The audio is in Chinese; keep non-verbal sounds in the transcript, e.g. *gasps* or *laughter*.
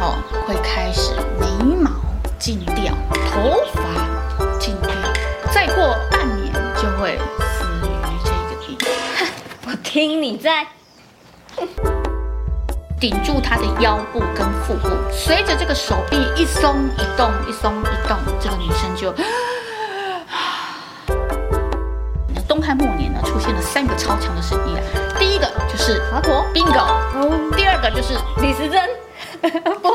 候会开始眉毛尽掉，头发尽掉，再过半年就会死于这个病，我听你在，顶住他的腰部跟腹部。随着这个手臂一松一动，一松一动，这个女生就。 *gasps* 东汉末年呢，出现了三个超强的神医啊。第一个就是华佗，bingo；哦，第二个就是李时珍，不